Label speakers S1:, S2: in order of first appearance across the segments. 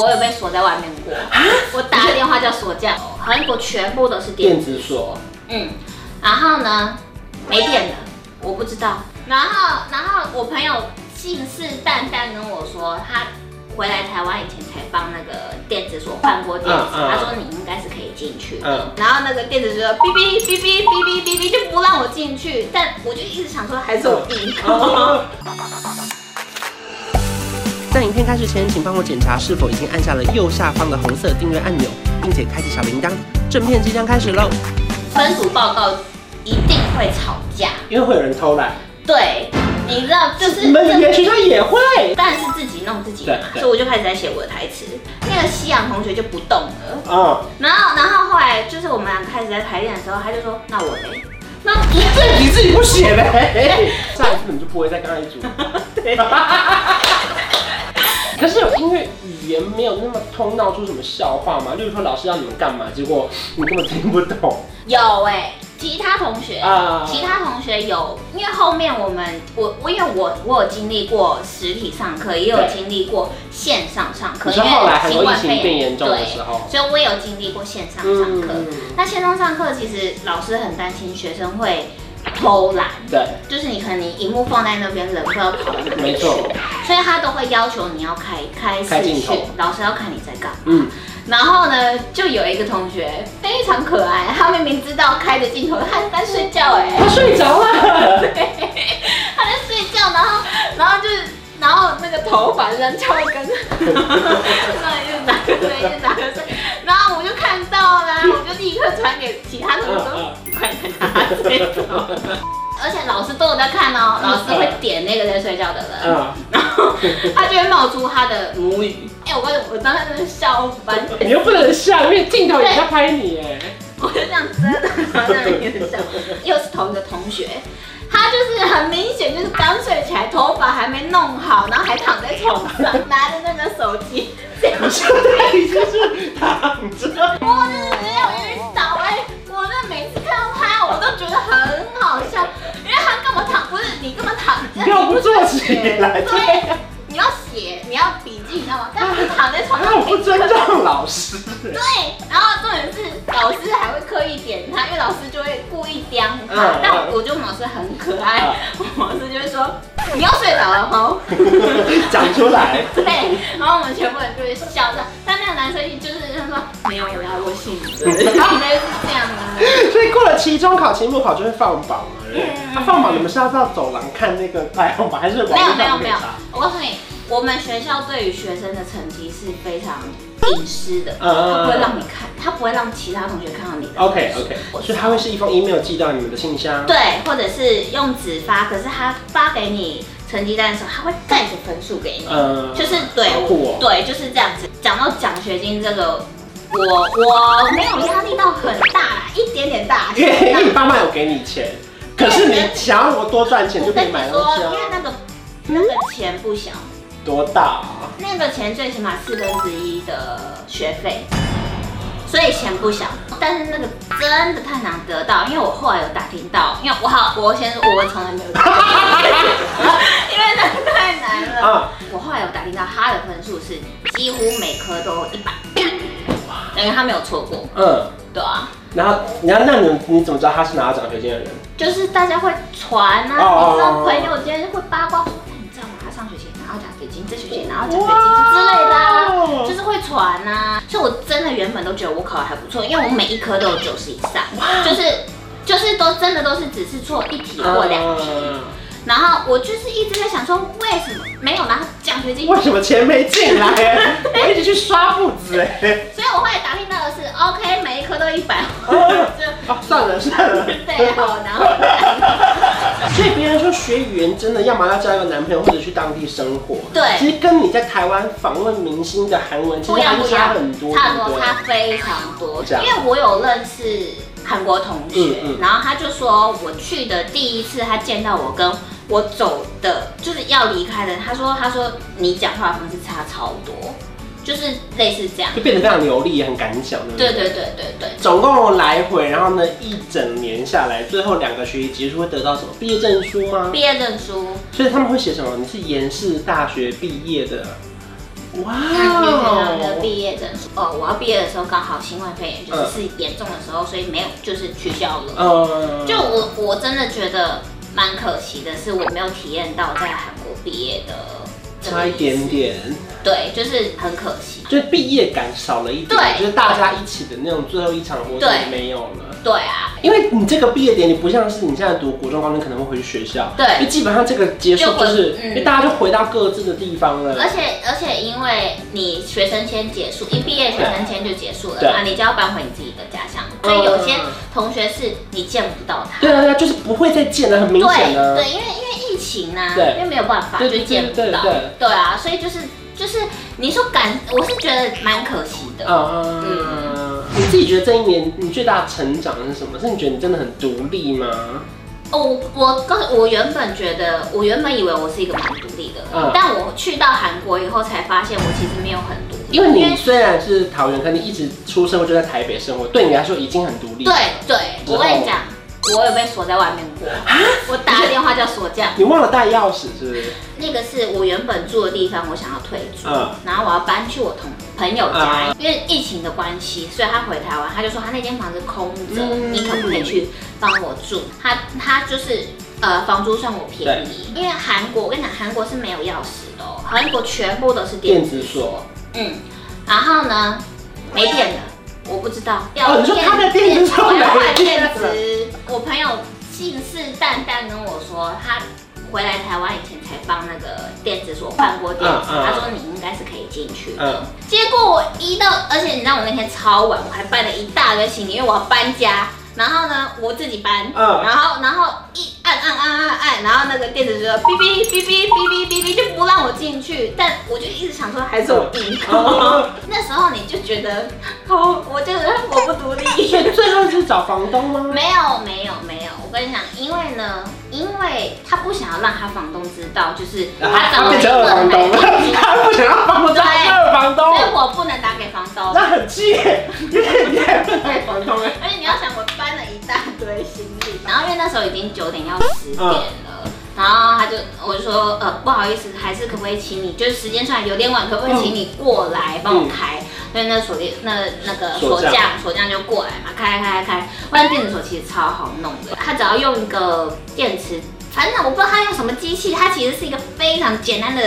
S1: 我有被锁在外面过，我打个电话叫锁匠，韩国全部都是电
S2: 电
S1: 子，
S2: 子锁，
S1: 嗯，然后呢，没电了，我不知道。然后，然后我朋友信誓旦旦跟我说，他回来台湾以前才帮那个电子锁换过电子，
S2: 嗯嗯
S1: 他说你应该是可以进去的。
S2: 嗯
S1: 然后那个电子就说哔哔哔哔哔哔哔哔就不让我进去，但我就一直想说还是我
S2: 嗯
S1: 第一个。
S2: 哦 在影片开始前，请帮我检查是否已经按下了右下方的红色订阅按钮，并且开启小铃铛。正片即将开始喽，
S1: 分组报告一定会吵架，
S2: 因为会有人偷懒，
S1: 对，你知道就是
S2: 你们语言学校也会。
S1: 但是自己弄自己的嘛，
S2: 对对
S1: 所以我就开始在写我的台词。那个西洋同学就不动了，
S2: 嗯，
S1: 然后然后后来就是我们俩开始在排练的时候，他就说：“那我嘞？”那一
S2: 这你自己不写 嘞，下一次你就不会再跟他 一组。
S1: 对，
S2: 可是有因为语言没有那么通，闹出什么笑话吗？例如说老师要你们干嘛，结果你根本听不懂
S1: 有哎、其他同学。
S2: 啊。
S1: 其他同学有，因为后面我们我我因为我我有经历过实体上课，也有
S2: 对
S1: 经历过线上上课，
S2: 可
S1: 因
S2: 是
S1: 为
S2: 后来韩国疫
S1: 新冠
S2: 情
S1: 肺
S2: 变
S1: 炎
S2: 严重的时候，
S1: 对，所以我也有经历过线上上课。
S2: 嗯
S1: 那线上上课其实老师很担心学生会偷懒，
S2: 对，
S1: 就是你可能你荧幕放在那边，人不知道跑到哪里
S2: 没
S1: 去，
S2: 错，
S1: 所以他都会要求你要开开
S2: 开
S1: 视
S2: 镜
S1: 讯
S2: 头，
S1: 老师要看你在干嘛。
S2: 嗯，
S1: 然后呢，就有一个同学非常可爱，他明明知道开着镜头，他在睡觉哎、
S2: 他睡着了，
S1: 他在睡觉，然后然后就是然后那个头发扔翘一根，那一直拿着睡，一直拿着睡，然后我就看到啦，我就立刻传给其他同学
S2: 嗯
S1: 说，快看他睡着了。而且老师都有在看哦，
S2: 嗯
S1: 老师会点那个在睡觉的人，
S2: 啊，
S1: 然后他就会冒出他的
S2: 嗯
S1: 母语。哎、我我当时真的笑 翻，
S2: 你又不能笑，因为镜头也在拍你哎。
S1: 我就这样真的，然后在那边笑。又是同一个同学，他就是很明显就是刚睡起来，头发还没弄好，然后还躺在床上，拿着那个手机这样
S2: 不是，他已经是躺着。
S1: 我真的没有晕倒哎、我那每次看到他，我都觉得很好笑，因为他根本躺不是你根本躺着，
S2: 要不坐起来，
S1: 对，你要写，你要笔记，你知道吗？但是躺在床
S2: 他
S1: 上
S2: 很啊不尊重老师。
S1: 对，然后重点是老师还会刻意点他，因为老师就会故意刁他
S2: 嗯。
S1: 但我觉得我们老师很可爱
S2: 嗯，
S1: 我们老师就会说你要睡着了哦。
S2: 讲出来，
S1: 对，然后我们全部人就会笑这样。但那个男生就是他说没有，我要过性 子，应该是这样啊。
S2: 所以过了期中考、期末考就会放榜了。那、放榜你们是要到走廊看那个排行榜，还是网
S1: 啊没有
S2: 络
S1: 没有
S2: 上
S1: 没
S2: 面
S1: 有
S2: 查？，
S1: 我告诉你，我们学校对于学生的成绩是非常隐私的，他不会
S2: 嗯
S1: 让你看，他不会让其他同学看到你的。
S2: OK OK，所以他会是一封 email 寄到你们的信箱。
S1: 对，或者是用纸发，可是他发给你成绩单的时候，他会带着分数给你，
S2: 呃
S1: 就是对
S2: 好，酷
S1: 我
S2: 哦
S1: 对，就是这样子。讲到奖学金这个，我我没有压力到很大啦，一点点 大。
S2: 因为因为你爸妈有给你钱，可是你想要我多赚钱
S1: 我
S2: 就可
S1: 跟
S2: 以
S1: 你
S2: 买东
S1: 说，
S2: 西
S1: 因
S2: 啊
S1: 为。那个那个钱不小，
S2: 多大、啊？
S1: 那个钱最起码四分之一的学费，所以钱不小。但是那个真的太难得到，因为我后来有打听到，因为我好，我先说我从来没有打听到，因为那个太难了。
S2: 啊，
S1: 我后来有打听到他的分数是几乎每科都一百，等于他没有错过。
S2: 嗯。
S1: 对啊，
S2: 然后，然后那你你怎么知道他是拿到奖学金的人？
S1: 就是大家会传啊，
S2: 哦
S1: 你知道朋友间会八卦说，哎，你知道吗？他上学期拿到奖学金，这学期拿到奖学金之类的啊。
S2: 哇
S1: 就是会传呐、所以我真的原本都觉得我考的还不错，因为我每一科都有九十以上，就是就是都真的都是只是错一题或两题，
S2: 啊
S1: 然后我就是一直在想说为什么没有拿到奖学金，
S2: 为什么钱没 进来？我一直去刷步子哎。
S1: 所以我后来打听到的是，OK，每一科都一百，就
S2: 啊，算了算了。
S1: 对啊好，然后
S2: 所以别人说学语言真的，要么要交一个男朋友，或者去当地生活。
S1: 对
S2: 其实跟你在台湾访问明星的韩文，其
S1: 不
S2: 实
S1: 一样
S2: 还
S1: 不
S2: 是
S1: 一样
S2: 差很多，
S1: 差很
S2: 对不
S1: 多，
S2: 对？
S1: 差非常多。
S2: 这样
S1: 因为我有认识韩国同学，
S2: 嗯嗯
S1: 然后他就说，我去的第一次他见到我跟我走的，就是要离开的，他说他说你讲话的方式差超多，就是类似这样。
S2: 就变得非常流利，很敢讲，对
S1: 对
S2: 不
S1: 对对对对，
S2: 总共来回，然后呢，一整年下来，最后两个学期结束会得到什么毕业证书吗？
S1: 毕业证书，
S2: 所以他们会写什么？你是延世大学毕业的，哇哦
S1: 看你们的毕业证书，哦，我要毕业的时候刚好新冠肺炎
S2: 嗯
S1: 就是是严重的时候，所以没有就是取消了。
S2: 呃，
S1: 就我我真的觉得蛮可惜的是，我没有体验到在韩国毕业的这个
S2: 差一
S1: 意思
S2: 点，点，
S1: 对，就是很可惜。
S2: 就是毕业感少了一点，
S1: 对
S2: 就是大家一起的那种最后一场活动
S1: 对
S2: 没有了。
S1: 对啊，
S2: 因为你这个毕业典礼不像是你现在读国中高中可能会回去学校，
S1: 对
S2: 因为基本上这个结束
S1: 就
S2: 就
S1: 回
S2: 是，
S1: 嗯
S2: 因为大家就回到各自的地方了。
S1: 而且而且因为你学生签结束，一毕业学生签就结束了
S2: 对
S1: 嘛，你就要搬回你自己的家乡，所以有些
S2: 嗯
S1: 同学是你见不到他。
S2: 对啊对啊，就是不会再见了，很明显
S1: 对
S2: 的。
S1: 对，因为因为疫情呐、
S2: 对
S1: 因为没有办法
S2: 对
S1: 就
S2: 对
S1: 见不
S2: 对对
S1: 到
S2: 对，
S1: 对啊，所以就是就是你说感，我是觉得蛮可惜的。
S2: 啊，你自己觉得这一年你最大的成长是什么？是你觉得你真的很独立吗？
S1: 哦，我告诉我原本觉得，我原本以为我是一个蛮独立的人，
S2: 嗯
S1: 但我去到韩国以后才发现，我其实没有很独立，
S2: 因为你虽然是桃园，可你一直出生活就在台北生活，对你来说已经很独立。
S1: 对，对，我跟你讲，我有被锁在外面过，
S2: 啊
S1: 我打电话叫锁匠。
S2: 你忘了带钥匙是不是？
S1: 那个是我原本住的地方，我想要退租，
S2: 嗯
S1: 然后我要搬去我同朋友家，
S2: 嗯
S1: 因为疫情的关系，所以他回台湾，他就说他那间房子空着，
S2: 嗯
S1: 你可不可以去帮我住？他他就是呃，房租算我便宜，因为韩国我跟你讲，韩国是没有钥匙的哦，韩国全部都是
S2: 电
S1: 电，
S2: 子锁。
S1: 嗯，然后呢，没电了，我不知道，
S2: 哦，你说他的电子锁
S1: 我要
S2: 没
S1: 换电
S2: 电了。
S1: 池。我朋友信誓旦旦跟我说，他回来台湾以前才帮那个电子锁换过电池，
S2: 嗯嗯
S1: 他说你应该是可以进去的。
S2: 嗯，
S1: 结果我一到，而且你知道我那天超晚，我还搬了一大堆行李，因为我要搬家。然后呢，我自己搬，
S2: 嗯
S1: 然后然后一按按按按按，然后那个电子就说哔哔哔哔哔哔哔哔，就不让我进去。但我就一直想说，还是我硬
S2: 哦
S1: 抠。 那时候你就觉得，哦，我就我不独立。
S2: 所以最后是找房东吗？
S1: 没有没有没有，我跟你讲，因为呢，因为他不想要让他房东知道，就是他找
S2: 啊
S1: 了
S2: 变
S1: 一
S2: 成
S1: 个
S2: 二房东了
S1: 韩国籍，
S2: 他不想要房东，他是二房
S1: 哎所以
S2: 东，
S1: 我不能打给房东。
S2: 那很气耶，有点有点二房东哎。
S1: 而且你要想，我搬了一大堆行李，然后因为那时候已经九点要十点了。然后他就，我就说，呃，不好意思，还是可不可以请你，就是时间上有点晚，可不可以请你过来帮我开？所以那锁链，那那个
S2: 锁
S1: 嗯锁
S2: 匠
S1: 匠，锁匠就过来嘛，开开开开。那电子锁其实超好弄的，它只要用一个电池，反正我不知道它用什么机器，它其实是一个非常简单的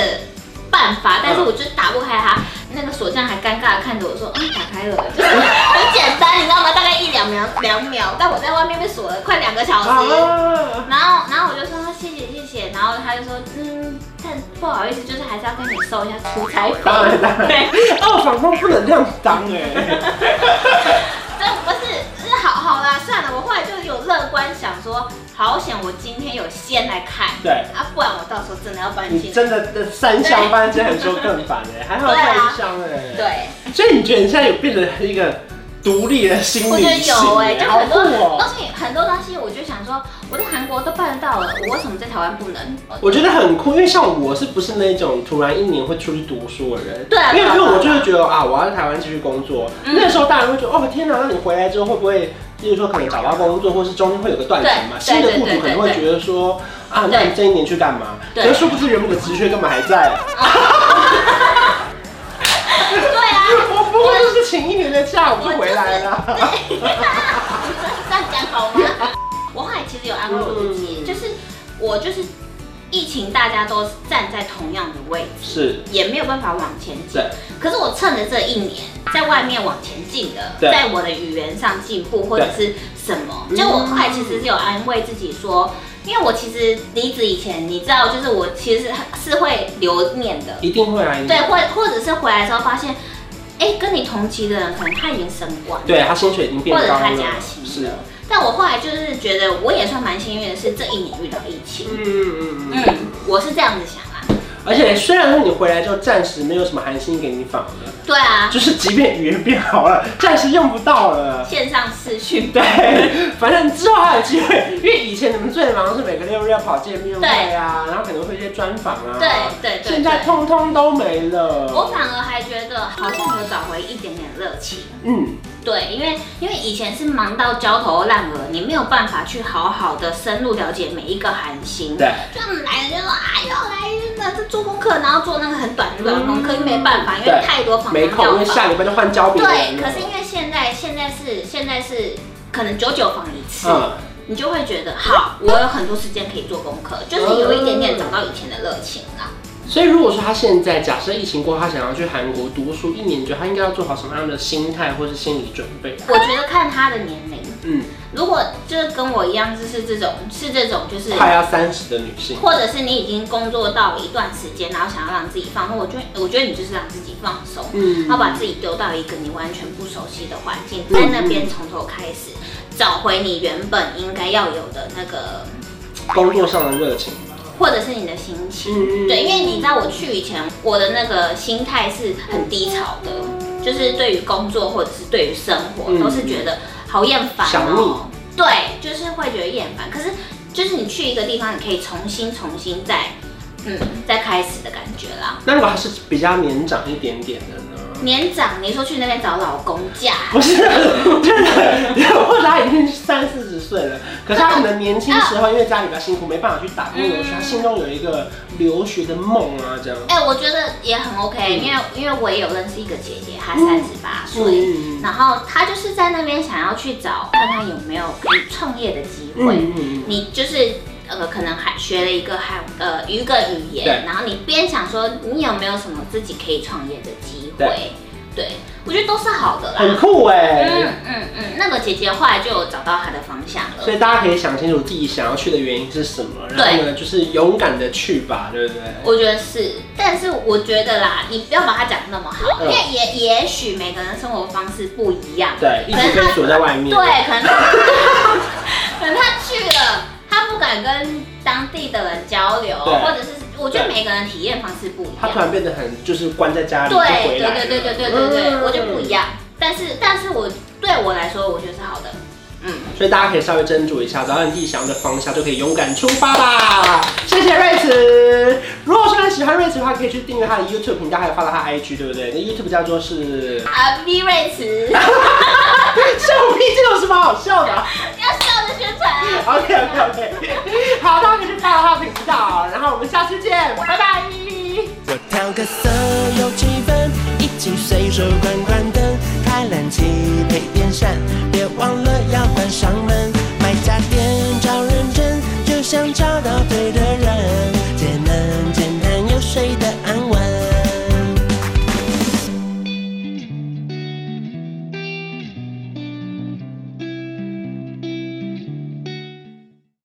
S1: 办法，但是我就是打不开它。那个锁匠还尴尬的看着我说，嗯，打开了， 就是很简单，你知道吗？大概一两秒，两秒，但我在外面被锁了快两个小时。
S2: 啊，
S1: 然后，然后我就说谢谢谢谢，然后他就说嗯，但不好意思，就是还是要跟你收一下出差费。
S2: 当然当 然
S1: 对，
S2: 二房东不能这样当哎。
S1: 但不是，是好好啦，算了，我后来就有乐观想说，好险我今天有先来看，
S2: 对。
S1: 啊，不然我到时候真的要搬
S2: 你
S1: 进去。
S2: 真的三箱搬真的很说更烦哎，还好带一箱哎。。
S1: 对，啊
S2: 所以你觉得你现在有变成一个独立的心
S1: 我觉得
S2: 理性
S1: 有哎、就
S2: 好
S1: 很
S2: 酷
S1: 多
S2: 哦！
S1: 东西，很多东西，我就想说，我在韩国都办得到了，我为什么在台湾不能？
S2: 我觉得很酷，因为像我是不是那种突然一年会出去读书的人？
S1: 对啊
S2: 因为
S1: 对啊
S2: 因为我就会觉得啊，我要在台湾继续工作。
S1: 嗯
S2: 那时候大家会觉得哦，天哪，那你回来之后会不会，例如说可能找不到工作，或是中间会有个断层嘛？
S1: 对
S2: 新
S1: 对
S2: 的
S1: 对
S2: 雇主可能会
S1: 对对
S2: 觉得说啊，那你这一年去干嘛？可
S1: 对
S2: 是殊不知原本的职缺根本还在。
S1: 对啊，
S2: 我不会就是请一年的假我就回来
S1: 我
S2: 了。
S1: 就是对这样讲好吗？我后来其实有安慰我自己，
S2: 嗯
S1: 就是我就是疫情，大家都站在同样的位置，
S2: 是，
S1: 也没有办法往前进。
S2: 对，
S1: 可是我趁着这一年，在外面往前进的，
S2: 对
S1: 在我的语言上进步或者是什么，
S2: 嗯
S1: 就我后来其实是有安慰自己说，因为我其实离职以前，你知道，就是我其实是会留念的，
S2: 一定会来。
S1: 对，或或者是回来之后发现，哎、跟你同期的人可能他已经升官，
S2: 对他薪水已经变
S1: 或者
S2: 高
S1: 他
S2: 了
S1: 加，薪
S2: 是
S1: 了，。但我后来就是觉得我也算蛮幸运的，是这一年遇到疫情，
S2: 嗯嗯嗯
S1: 嗯，我是这样子想啊，
S2: 而且虽然说你回来之后暂时没有什么韩信给你访了，
S1: 对啊，
S2: 就是即便语言变好了，暂时用不到了。
S1: 线上视讯，
S2: 对，反正之后还有机会，因为以前你们最忙的是每个六日要跑见面会啊，然后可能会一些专访啊，
S1: 对对对对
S2: 现在通通都没
S1: 我
S2: 了。
S1: 反而还觉得好像有找回一点点热情。
S2: 嗯，
S1: 对，因为因为以前是忙到焦头烂额，你没有办法去好好的深入了解每一个韩星。
S2: 对，
S1: 这样来了就说啊，又来晕了，这做功课，然后做那个很短很短的功课，因为没办法，因为
S2: 嗯对
S1: 太多访
S2: 没
S1: 谈
S2: 空，因
S1: 叫
S2: 为
S1: 法。
S2: 下礼拜就换交别人
S1: 对，
S2: 了。
S1: 可是因为现在现在是现在是可能九九访一次，
S2: 嗯，
S1: 你就会觉得好，我有很多时间可以做功课，就是有一点点找到以前的热情啦。
S2: 所以如果说他现在假设疫情过后，他想要去韩国读书一年，就他应该要做好什么样的心态或是心理准备？啊
S1: 我觉得看他的年龄，
S2: 嗯，
S1: 如果就是跟我一样，就是这种是这种就是。
S2: 快要三十的女性，
S1: 或者是你已经工作到一段时间，然后想要让自己放松，我觉得我觉得你就是让自己放松，
S2: 嗯
S1: 要把自己丢到一个你完全不熟悉的环境，在那边从头开始，找回你原本应该要有的那个，
S2: 工作上的热情吧。
S1: 或者是你的心情。
S2: 嗯
S1: 对，因为你知道我去以前，我的那个心态是很低潮的，就是对于工作或者是对于生活，
S2: 嗯
S1: 都是觉得好厌烦
S2: 想腻
S1: 哦。对，就是会觉得厌烦。可是就是你去一个地方，你可以重新重新再，嗯，再开始的感觉啦。
S2: 那如果他是比较年长一点点的呢？
S1: 年长，你说去那边找老公嫁，
S2: 不是，就是或者他已经三四十岁了，可是他可能年轻时候因为家里比较辛苦，没办法去打工留学，他心中有一个留学的梦啊，这样。
S1: 哎、我觉得也很 OK，、因为因为我也有认识一个姐姐，她三十八岁，
S2: 嗯嗯
S1: 然后她就是在那边想要去找看看有没有可以创业的机会。
S2: 嗯
S1: 你就是呃，可能还学了一个韩呃一个语言，
S2: 对
S1: 然后你边想说你有没有什么自己可以创业的机会，
S2: 对
S1: 对我觉得都是好的
S2: 很
S1: 啦。
S2: 酷哎、
S1: 嗯嗯嗯，那个姐姐后来就有找到她的方向
S2: 所
S1: 了。
S2: 以大家可以想清楚自己想要去的原因是什么，然后呢，就是勇敢的去吧，对不对？
S1: 我觉得是，但是我觉得啦，你不要把它讲得那么好，
S2: 嗯
S1: 因为也也许每个人生活方式不一样，
S2: 对，一
S1: 可
S2: 直
S1: 是他
S2: 被锁在外面。
S1: 对，可能 可能他去了，他不敢跟当地的人交流，
S2: 对
S1: 或者是我觉得
S2: 对
S1: 每个人体验方式不一样。
S2: 他突然变得很就是关在家里就
S1: 对
S2: 回
S1: 对对
S2: 来了。
S1: 对对对对对，
S2: 嗯
S1: 我就不一样。但是但是我对我来说，我觉得是好的。嗯，，
S2: 所以大家可以稍微斟酌一下，找到你自己想要的方向，就可以勇敢出发吧。谢谢瑞慈。如果说你喜欢瑞慈的话，可以去订阅他的 YouTube 频道，还有 follow 他的 IG，对不对？那 YouTube 叫做是
S1: 啊，B 瑞慈，
S2: 笑屁，这有什么好笑的啊、
S1: 要笑着宣传啊。
S2: OK OK OK，好，大家可以去 follow 他的频道，然后我们下次见，拜拜。
S3: 我调个色有气氛，一起随手关关灯，开冷气配电扇，别忘了要关上门。买家电找认真，就像找到对的